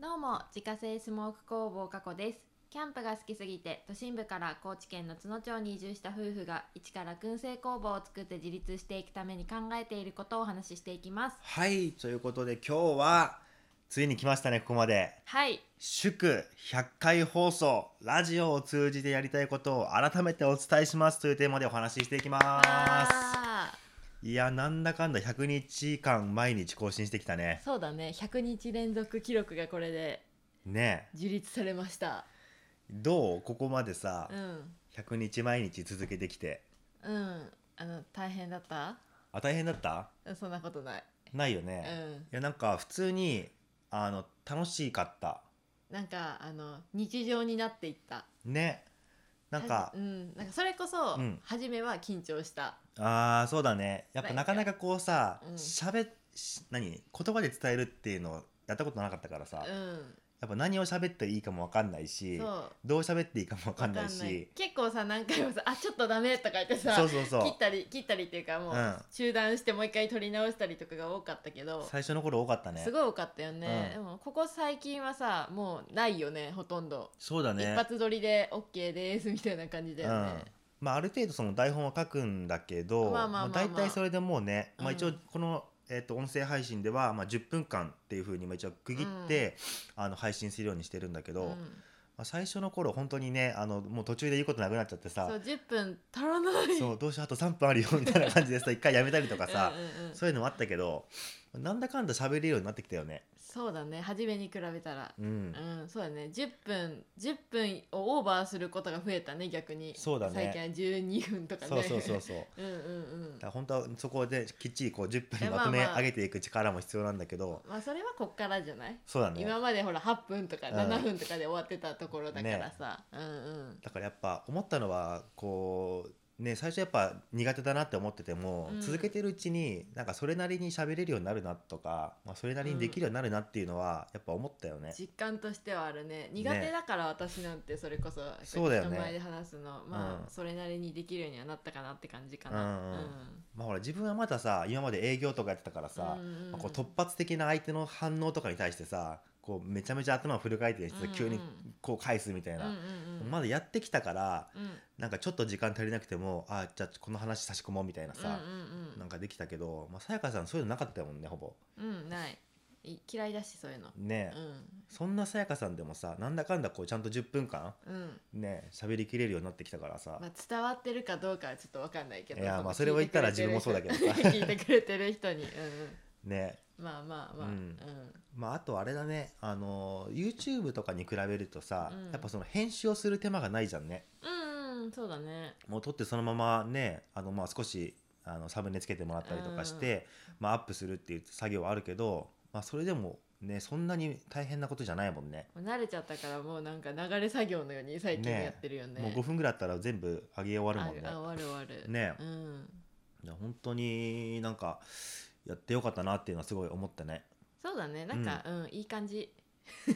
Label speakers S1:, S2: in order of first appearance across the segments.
S1: どうも自家製スモーク工房加古ですキャンプが好きすぎて都心部から高知県の津野町に移住した夫婦が一から燻製工房を作って自立していくために考えていることをお話ししていきます
S2: はいということで今日はついに来ましたねここまで
S1: はい
S2: 祝100回放送ラジオを通じてやりたいことを改めてお伝えしますというテーマでお話ししていきます
S1: あ
S2: いやなんだかんだ100日間毎日更新してきたね
S1: ーそうだね100日連続記録がこれで
S2: ねえ
S1: 樹立されました
S2: どうここまでさ
S1: うん
S2: 100日毎日続けてきて
S1: うんあの大変だった
S2: あ大変だった
S1: うんそんなことない
S2: ないよ
S1: うん
S2: ね、いやなんか普通にあの楽しかった
S1: なんかあの日常になっていった
S2: ねなんか
S1: はじうん、なんかそれこそ、
S2: うん
S1: 初めは緊張した
S2: あーそうだねやっ
S1: な
S2: ぱ
S1: い
S2: なかなかこうさ
S1: うん
S2: しゃべし何言葉で伝えるっていうのをやったことなかったからさ、
S1: うん
S2: やっぱ何を喋っていいかも分かんないし
S1: そう
S2: どう喋っていいかも分かんない
S1: わ
S2: し
S1: 結構さ何回もさ「あちょっとダメ」とか言ってさ
S2: そうそうそう
S1: 切ったり切ったりっていうかもう、
S2: うん
S1: 中断してもう一回撮り直したりとかが多かったけど、
S2: 最初の頃多かったね
S1: すごい多かったよね、
S2: う
S1: でもここ最近はさもうないよねほとんど、
S2: そうだ
S1: 一
S2: ね、
S1: 発撮りで OK ですみたいな感じだ
S2: う
S1: よね
S2: ん、まあある程度その台本は書くんだけ
S1: ま
S2: ど
S1: あまあまあ
S2: もう大体それでもうね、
S1: うん
S2: まあ、一応この、えっと音声配信では、まあ、10分間っていうふうにまあ一応区切って、あの配信するようにしてるんだけど、
S1: うん
S2: まあ、最初の頃本当にねあのもう途中で言うことなくなっちゃってさ
S1: そう10分足らない
S2: そうどうしようあと3分あるよみ たいな感じでさ一回やめたりとかさ
S1: うんうんうん
S2: そういうのもあったけどなんだかんだ喋れるようになってきたよね
S1: そうだね初めに比べたら
S2: うん、
S1: うん、そうだね10分10分をオーバーすることが増えたね逆に
S2: そうだね
S1: 最近は12分とかね
S2: そうそうそうそう
S1: うんうんうん
S2: だから本当はそこできっちりこう10分に
S1: いやま
S2: ま
S1: あ
S2: とめ
S1: まあ
S2: 上げていく力も必要なんだけど
S1: まあそれはこっからじゃない、
S2: そうだね
S1: 今までほら8分とか
S2: うん
S1: 7分とかで終わってたところだからさ、うん
S2: だからやっぱ思ったのはこうね最初やっぱ苦手だなって思ってても、
S1: うん
S2: 続けてるうちになんかそれなりに喋れるようになるなとか、まあ、それなりにできるようになるなっていうのはやっぱ思ったよ
S1: うん
S2: ね、
S1: 実感としてはあるね苦手だから私なんてそれこそ
S2: そうだよね
S1: 人前で話すの、ま
S2: う
S1: あ
S2: ん
S1: それなりにできるようにはなったかなって感じかな、
S2: うんうんまあほら自分はまださ今まで営業とかやってたからさ、
S1: うんうん
S2: まあこう突発的な相手の反応とかに対してさこうめちゃめちゃ頭をフル回転し
S1: うんう
S2: て
S1: ん
S2: 急にこう返すみたい
S1: うん
S2: な、
S1: うんうん
S2: まだやってきたから
S1: うん
S2: なんかちょっと時間足りなくてもあじゃあこの話差し込もうみたいなさ
S1: う、んうんうん
S2: なんかできたけど、まあ、さやかさんそういうのなかったもんねほぼ
S1: うんないい嫌いだしそういうの
S2: ね、
S1: う
S2: そんなさやかさんでもさなんだかんだこうちゃんと10分間
S1: んうん
S2: ね喋りきれるようになってきたからさ、
S1: まあ、伝わってるかどうかはちょっとわかんないけど
S2: いやまあ
S1: その
S2: それを言ったら
S1: 聞いてくれてる人
S2: 自分もそうだけどさ
S1: 聞いてくれてる人に、うん
S2: ね
S1: うん、まあまあまあ、う
S2: うんんまあ、あとあれだねあの YouTube とかに比べるとさ、
S1: うん
S2: やっぱその編集をする手間がないじゃんね
S1: うん、うん、そうだね
S2: もう撮ってそのままねあのまあ少しあのサムネつけてもらったりとかして、まあ、アップするっていう作業はあるけど、まあ、それでもねそんなに大変なことじゃないもんね
S1: もう慣れちゃったからもうなんか流れ作業のように最近
S2: ねえ
S1: やってるよね
S2: もう5分ぐらいあったら全部上げ終わるもんね
S1: ああ終わる終わる
S2: ねえ
S1: うん、
S2: いや本当になんかやってよかったなっていうのはすごい思った ね
S1: そうだねなんか、うんいい感じ、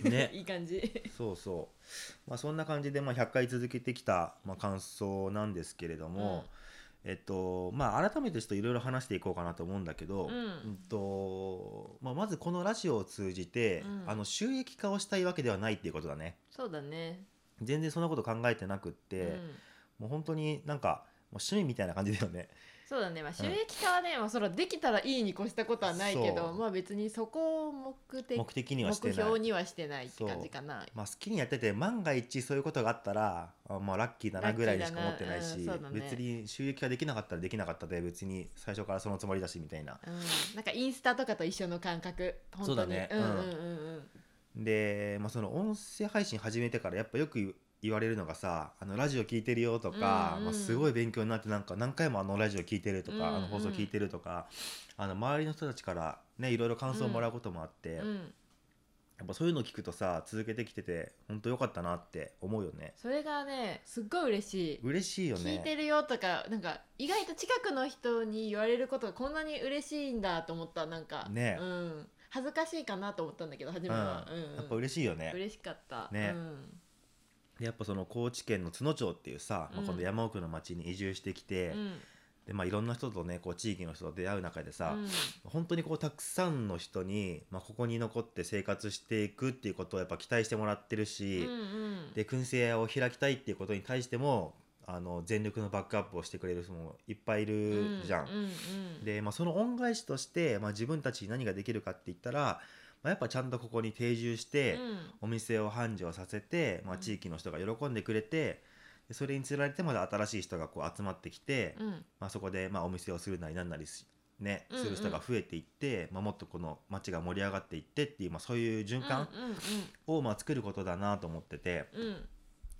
S2: ね
S1: いい感じ
S2: そうそう、まあ、そんな感じでまあ100回続けてきたまあ感想なんですけれども、えっとまあ、改めてちょっといろいろ話していこうかなと思うんだけど、
S1: うん
S2: とまあ、まずこのラジオを通じて、
S1: うん
S2: あの収益化をしたいわけではないっていうことだね
S1: そうだね、
S2: 全然そんなこと考えてなくって、
S1: うん、
S2: もう本当になんかもう趣味みたいな感じだよね
S1: そうだね、まあ、収益化はね、まあ、それはできたらいいに越したことはないけ
S2: そ
S1: ど
S2: う
S1: まあ別にそこを目的
S2: 目的にはして
S1: 目
S2: ない
S1: 標にはしてないって感じかな
S2: まあ、好きにやってて万が一そういうことがあったらあまあラッキーだなぐらいにしか思ってないし、
S1: ラッキーだなうんそうだね
S2: 別に収益ができなかったらできなかったで別に最初からそのつもりだしみたいな。
S1: うん、なんかインスタとかと一緒の感覚本当に
S2: そうだね
S1: うんうんうん
S2: で、まあ、その音声配信始めてからやっぱよく言言われるのがさ「あのラジオ聞いてるよ」とか、
S1: うんうん
S2: まあ、すごい勉強になってなんか何回もあのラジオ聞いてるとか、
S1: うんうん
S2: あの放送聞いてるとかあの周りの人たちからねいろいろ感想をもらうこともあっ
S1: う
S2: て、
S1: ん、う
S2: や
S1: ん、
S2: っぱそういうのを聞くとさ続けてきてて本当良かったなって思うよね。
S1: それがねすっごい嬉しい
S2: 嬉しいよね
S1: 聞いてるよとかなんか意外と近くの人に言われることがこんなに嬉しいんだと思ったなんか
S2: ね
S1: うん、恥ずかしいかなと思ったんだけど初めは、
S2: う
S1: うん
S2: ん
S1: うん
S2: やっぱ嬉しいよね。
S1: 嬉しかった
S2: ね
S1: うん
S2: でやっぱその高知県の津野町っていうさ、
S1: う
S2: まあ、
S1: ん
S2: この山奥の町に移住してきて、
S1: うん
S2: でまあ、いろんな人とねこう地域の人と出会う中でさ、
S1: うん
S2: 本当にこうたくさんの人に、まあ、ここに残って生活していくっていうことをやっぱ期待してもらってる
S1: う
S2: し、
S1: んうん
S2: で燻製を開きたいっていうことに対してもあの全力のバックアップをしてくれる人もいっぱいいるじゃん。
S1: うんうん
S2: で、まあ、その恩返しとして、まあ、自分たちに何ができるかって言ったら、まあ、やっぱちゃんとここに定住し
S1: う
S2: て、
S1: ん
S2: お店を繁盛させて、まあ、
S1: うん
S2: 地域の人が喜んでくれてでそれにつられてまだ新しい人がこう集まってきて、
S1: うん
S2: まあ、そこでまあお店をするなりなんなりし、ね、
S1: うんうん
S2: する人が増えていって、まあ、もっとこの街が盛り上がっていってっていう、まあ、そういう循環
S1: う
S2: をまあ作ることだなと思ってて、
S1: んうん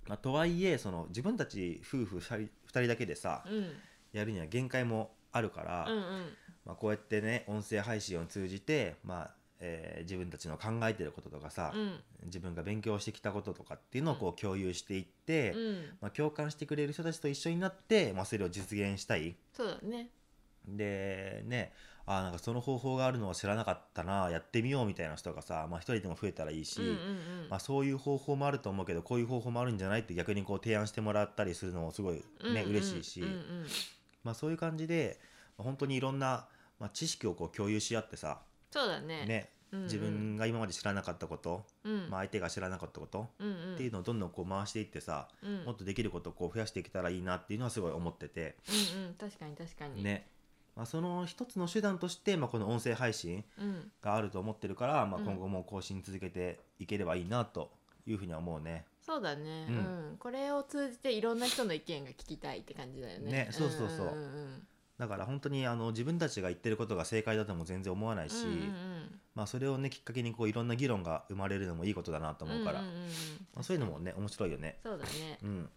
S2: まあ、とはいえその自分たち夫婦 2, 人二人だけでさ
S1: うん
S2: やるには限界もあるから、
S1: うんうん
S2: まあ、こうやってね音声配信を通じて、まあえー自分たちの考えてることとかさ、
S1: うん
S2: 自分が勉強してきたこととかっていうのをこう共有していって、
S1: うん
S2: まあ、共感してくれる人たちと一緒になって、まあ、それを実現したい
S1: そうだね
S2: でねあーなんかその方法があるのは知らなかったなやってみようみたいな人がさ、まあ、一人でも増えたらいいし、
S1: うんうんうん
S2: まあ、そういう方法もあると思うけどこういう方法もあるんじゃないって逆にこう提案してもらったりするのもすごいね、
S1: うんうん
S2: 嬉しいし、
S1: うんうん
S2: まあ、そういう感じでまあ本当にいろんな、まあ、知識をこう共有し合ってさ、
S1: そうだねうんうん
S2: ね、自分が今まで知らなかったこと、
S1: うん
S2: まあ、相手が知らなかったこと
S1: うんうん
S2: っていうのをどんどんこう回していってさ、
S1: うんうん
S2: もっとできることをこう増やしていけたらいいなっていうのはすごい思ってて、
S1: うん確かに確かに
S2: ねまあ、その一つの手段として、まあ、この音声配信
S1: うん
S2: があると思ってるから、まあ、
S1: うん
S2: 今後も更新続けていければいいなというふうには思うね。
S1: そうだねう
S2: うん
S1: ん、これを通じていろんな人の意見が聞きたいって感じだよね
S2: ねそうそうそうん
S1: ん
S2: だから本当にあの自分たちが言ってることが正解だとも全然思わないし、
S1: うんうんうん
S2: まあ、それをねきっかけにこういろんな議論が生まれるのもいいことだなと思うから、
S1: んんんん
S2: まあ、そういうのもね面白いよね。
S1: そうだね
S2: うん、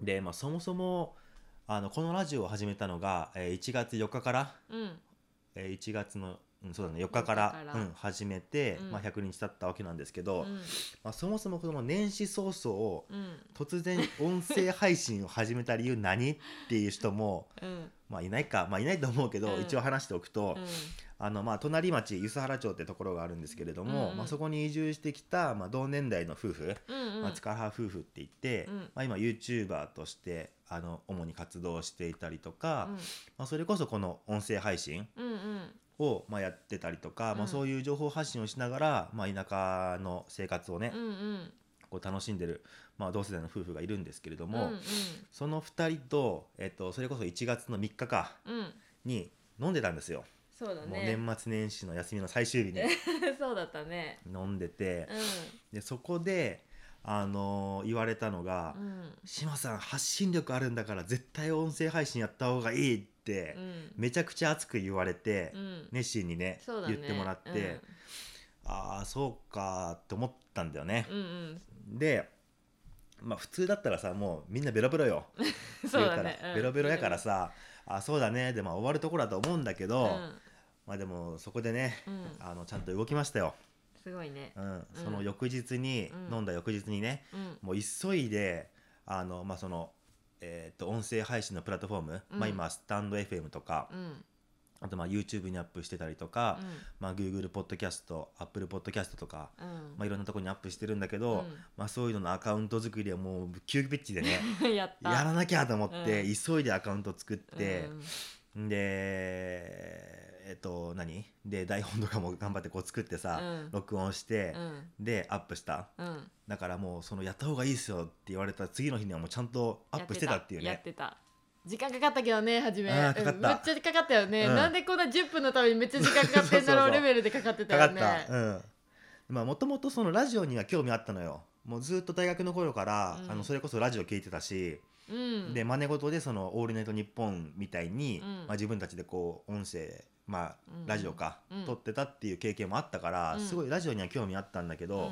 S2: で、まあ、そもそもあのこのラジオを始めたのが、えー1月4日から、
S1: うん
S2: えー1月の、うん、そうだね4日から
S1: 4日から
S2: うん、始めて、
S1: うん
S2: まあ、100日経ったわけなんですけど、
S1: うん
S2: まあ、そもそもこの年始早々
S1: うん
S2: 突然音声配信を始めた理由何っていう人も、
S1: うん
S2: まあ、いないか、まあ、いないと思うけど、
S1: うん
S2: 一応話しておくと、
S1: う
S2: あのまあ、隣町梼原町ってところがあるんですけれども、
S1: うんうん
S2: まあ、そこに移住してきた、まあ、同年代の夫婦、
S1: んうん
S2: まあ、塚原夫婦って言って、
S1: うん
S2: まあ、今 YouTuber としてあの主に活動していたりとか、まあ、それこそこの音声配信
S1: うんうんうん
S2: をまあやってたりとか、ま
S1: うん
S2: あ、そういう情報発信をしながら、まあ、田舎の生活をね、
S1: うんうん
S2: こう楽しんでる、まあ、同世代の夫婦がいるんですけれども、
S1: うん
S2: その2人と、えっと、それこそ1月の3日か
S1: うんうん
S2: に飲んでたんですよ、
S1: そうだ
S2: もう
S1: ね
S2: 年末年始の休みの最終日に
S1: そうだったね
S2: 飲んでて
S1: う、ん
S2: でそこで、あのー言われたのが、
S1: うん
S2: 志麻さん発信力あるんだから絶対音声配信やった方がいいって
S1: うん
S2: めちゃくちゃ熱く言われて
S1: うん
S2: 熱心にね
S1: そうだね
S2: 言ってもらって、ああそうかって思ったんだよね
S1: う、んうん
S2: でまあ普通だったらさもうみんなベロベロよ
S1: うんそうだ
S2: 言
S1: ね
S2: うた
S1: う
S2: ら
S1: ん
S2: ベロベロやからさあそうだねでまあ終わるところだと思うんだけ
S1: う
S2: ど、
S1: ん
S2: まあでもそこでね
S1: うん
S2: あのちゃんと動きましたよ、
S1: すごいね
S2: うん、
S1: うん
S2: その翌日に、
S1: うん
S2: 飲んだ翌日にね、
S1: うん
S2: もう急いであの、まあそのえー、と音声配信のプラットフォーム、
S1: うん
S2: まあ、今スタンド FM とか、
S1: うん
S2: あとまあ YouTube にアップしてたりとか、まあ、Google ポッドキャスト Apple ポッドキャストとか、
S1: うん
S2: まあ、いろんなとこにアップしてるんだけど、
S1: うん
S2: まあ、そういうののアカウント作りはもう急ピッチで ね
S1: やった
S2: やらなきゃと思って、
S1: う
S2: 急いでアカウント作っ
S1: うん
S2: て、でえっ、と何で台本とかも頑張ってこう作ってさ、
S1: うん
S2: 録音して
S1: う、ん
S2: でアップした。
S1: うん
S2: だからもうそのやった方がいいですよって言われた次の日にはもうちゃんとアップしてたっていう
S1: やっ
S2: ね
S1: てた時間かかったけどね初め
S2: あーかかった
S1: うんめっちゃかかったよね、
S2: うん
S1: なんでこんな10分のためにめっちゃ時間かかってんだろ
S2: そうそうそうう
S1: レベルでかかってた
S2: か
S1: よ
S2: かっ
S1: ね
S2: たうんまあもともとそのラジオには興味あったのよもうずっと大学の頃から、
S1: うん
S2: あのそれこそラジオ聞いてたし、
S1: うん
S2: で真似事でその「オールナイトニッポン」みたいに、
S1: うん
S2: まあ、自分たちでこう音声まあ
S1: うん
S2: ラジオか、
S1: うん
S2: 撮ってたっていう経験もあったから、
S1: うん
S2: すごいラジオには興味あったんだけど、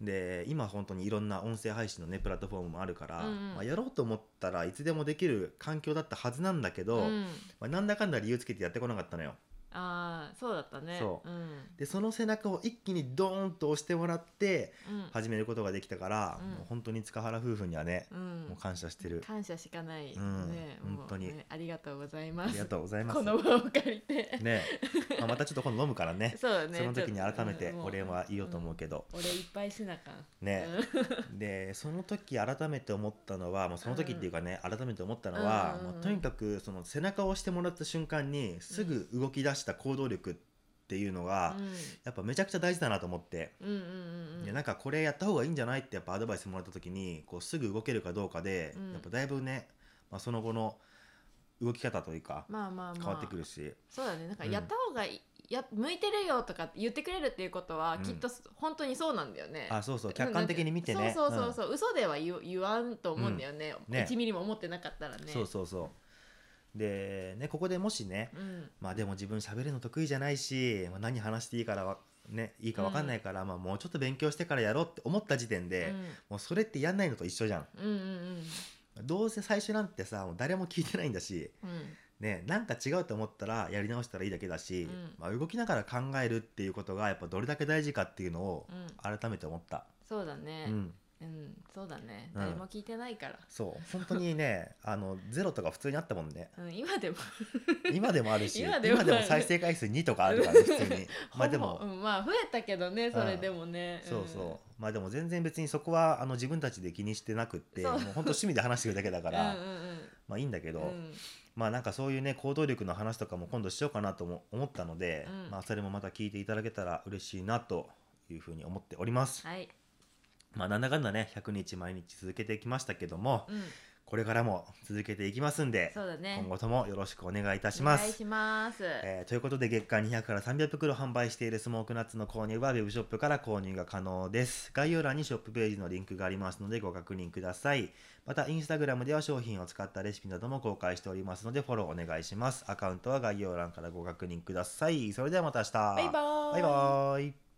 S2: で今本当にいろんな音声配信のねプラットフォームもあるから、
S1: うんうん
S2: まあ、やろうと思ったらいつでもできる環境だったはずなんだけ
S1: う
S2: ど、
S1: んうん
S2: まあ、なんだかんだ理由つけてやってこなかったのよ。
S1: あそうだったね、
S2: そう
S1: ん
S2: でその背中を一気にドーンと押してもらって
S1: うん
S2: 始めることができたから、
S1: うん
S2: もう本当に塚原夫婦にはね、
S1: うん
S2: もう感謝してる
S1: 感謝しかない、
S2: うん
S1: ね
S2: 本当に
S1: もうねありがとうございま
S2: あ
S1: す
S2: りがとうございます
S1: この場を借りて、
S2: ね、まあ、またちょっと今度飲むからね
S1: そうね
S2: その時に改め
S1: ち
S2: て
S1: ょっとうん
S2: お礼は言おうと思うけど、
S1: 俺いっぱいしなあかん
S2: ね
S1: うん
S2: でその時改めて思ったのはもうその時っていうかね、改めて思ったのは、
S1: うんうんうん
S2: もうとにかくその背中を押してもらった瞬間にすぐ動き出した行動力っていうのが、やっぱめちゃくちゃ大事だなと思って、
S1: うんうんうんうん
S2: でなんかこれやった方がいいんじゃないってやっぱアドバイスもらった時にこうすぐ動けるかどうかで、
S1: うん
S2: やっぱだいぶね、まあ、その後の動き方というか
S1: まあまあまあ
S2: 変わってくるし、
S1: そうだねなんか
S2: うん
S1: やった方がいい、や向いてるよとか言ってくれるっていうことは、
S2: うん
S1: きっと本当にそうなんだよね
S2: あそうそう客観的に見てね、
S1: そうそうそうそう、嘘では言う言わんと思うんだよね,、
S2: うんね
S1: 1ミリも思ってなかったらね
S2: うんそうそうそうでねここでもしね、
S1: うん
S2: まあでも自分喋るの得意じゃないし、まあ、何話していいからわねいいか分かんないから、まあもうちょっと勉強してからやろうって思った時点で、もうそれってやんないのと一緒じゃん
S1: うん、うんうん
S2: どうせ最初なんてさもう誰も聞いてないんだし
S1: うん
S2: ねなんか違うと思ったらやり直したらいいだけだし、
S1: うん
S2: まあ、動きながら考えるっていうことがやっぱどれだけ大事かっていうのを
S1: うんうん
S2: 改めて思った、
S1: そうだ
S2: う
S1: ね
S2: ん
S1: うん、そうだね、
S2: うん
S1: 誰も聞いてないから、
S2: そう本当にねあのゼロとか普通にあったもんね
S1: うん、今でも
S2: 今でもあるし
S1: 今でもある
S2: 再生回数2とかあるからね普 通に まあで
S1: ほ
S2: も
S1: ぼうん、まあ増えたけどねそれ
S2: うん
S1: でもね、
S2: そうそうまあでも全然別にそこはあの自分たちで気にしてなくって
S1: そ
S2: も
S1: う
S2: う本当趣味で話してるだけだか
S1: だ
S2: ら
S1: うんうん
S2: まあいいんだけど、
S1: うんうん
S2: まあなんかそういうね行動力の話とかも今度しようかなとも思ったので、
S1: うん
S2: まあそれもまた聞いていただけたら嬉しいなというふうに思っております、
S1: はい、
S2: まあなんだかんだね100日毎日続けてきましたけども
S1: うん、
S2: これからも続けていきますんで
S1: そうだね
S2: 今後ともよろしくお願いいたし
S1: お
S2: ま
S1: 願い
S2: す
S1: します、
S2: えーということで月間200から300袋販売しているスモークナッツの購入はウェブショップから購入が可能です概要欄にショップページのリンクがありますのでご確認くださいまたインスタグラムでは商品を使ったレシピなども公開しておりますのでフォローお願いしますアカウントは概要欄からご確認くださいそれではまた明日
S1: バイバーイ
S2: バイバーイ